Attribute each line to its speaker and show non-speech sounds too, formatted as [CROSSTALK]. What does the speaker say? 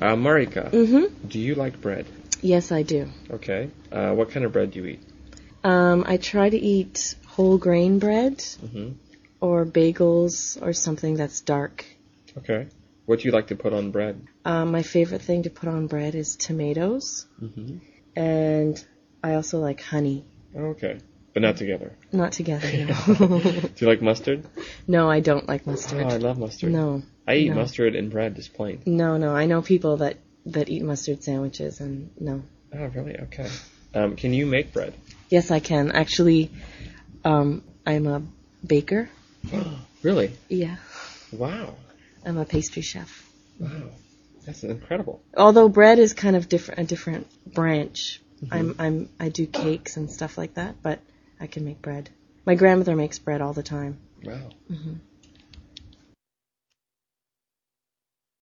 Speaker 1: Uh, Marika,
Speaker 2: Mm-hmm.
Speaker 1: do you like bread?
Speaker 2: Yes, I do.
Speaker 1: Okay. Uh, what kind of bread do you eat?
Speaker 2: Um, I try to eat whole grain bread
Speaker 1: Mm-hmm.
Speaker 2: or bagels or something that's dark.
Speaker 1: Okay. What do you like to put on bread?
Speaker 2: Um, my favorite thing to put on bread is tomatoes,
Speaker 1: Mm-hmm.
Speaker 2: and I also like honey.
Speaker 1: Okay. But not
Speaker 2: [LAUGHS]
Speaker 1: together.
Speaker 2: Not
Speaker 1: [LAUGHS]
Speaker 2: together. No,
Speaker 1: Do you like mustard?
Speaker 2: no I don't like
Speaker 1: Oh, I
Speaker 2: mustard.
Speaker 1: love mustard.
Speaker 2: No,
Speaker 1: I eat
Speaker 2: no.
Speaker 1: mustard and bread just plain.
Speaker 2: no, no. I know people that that eat mustard sandwiches, and no.
Speaker 1: Oh, really? Okay. Um, can you make bread?
Speaker 2: Yes, I can actually. Um, I'm a baker.
Speaker 1: Really?
Speaker 2: Yeah,
Speaker 1: Wow.
Speaker 2: I'm a pastry chef.
Speaker 1: Wow. That's incredible.
Speaker 2: although bread is kind of different a different branch i'm i'm i do cakes and stuff like that but i can make bread my grandmother makes bread all the time
Speaker 1: Wow.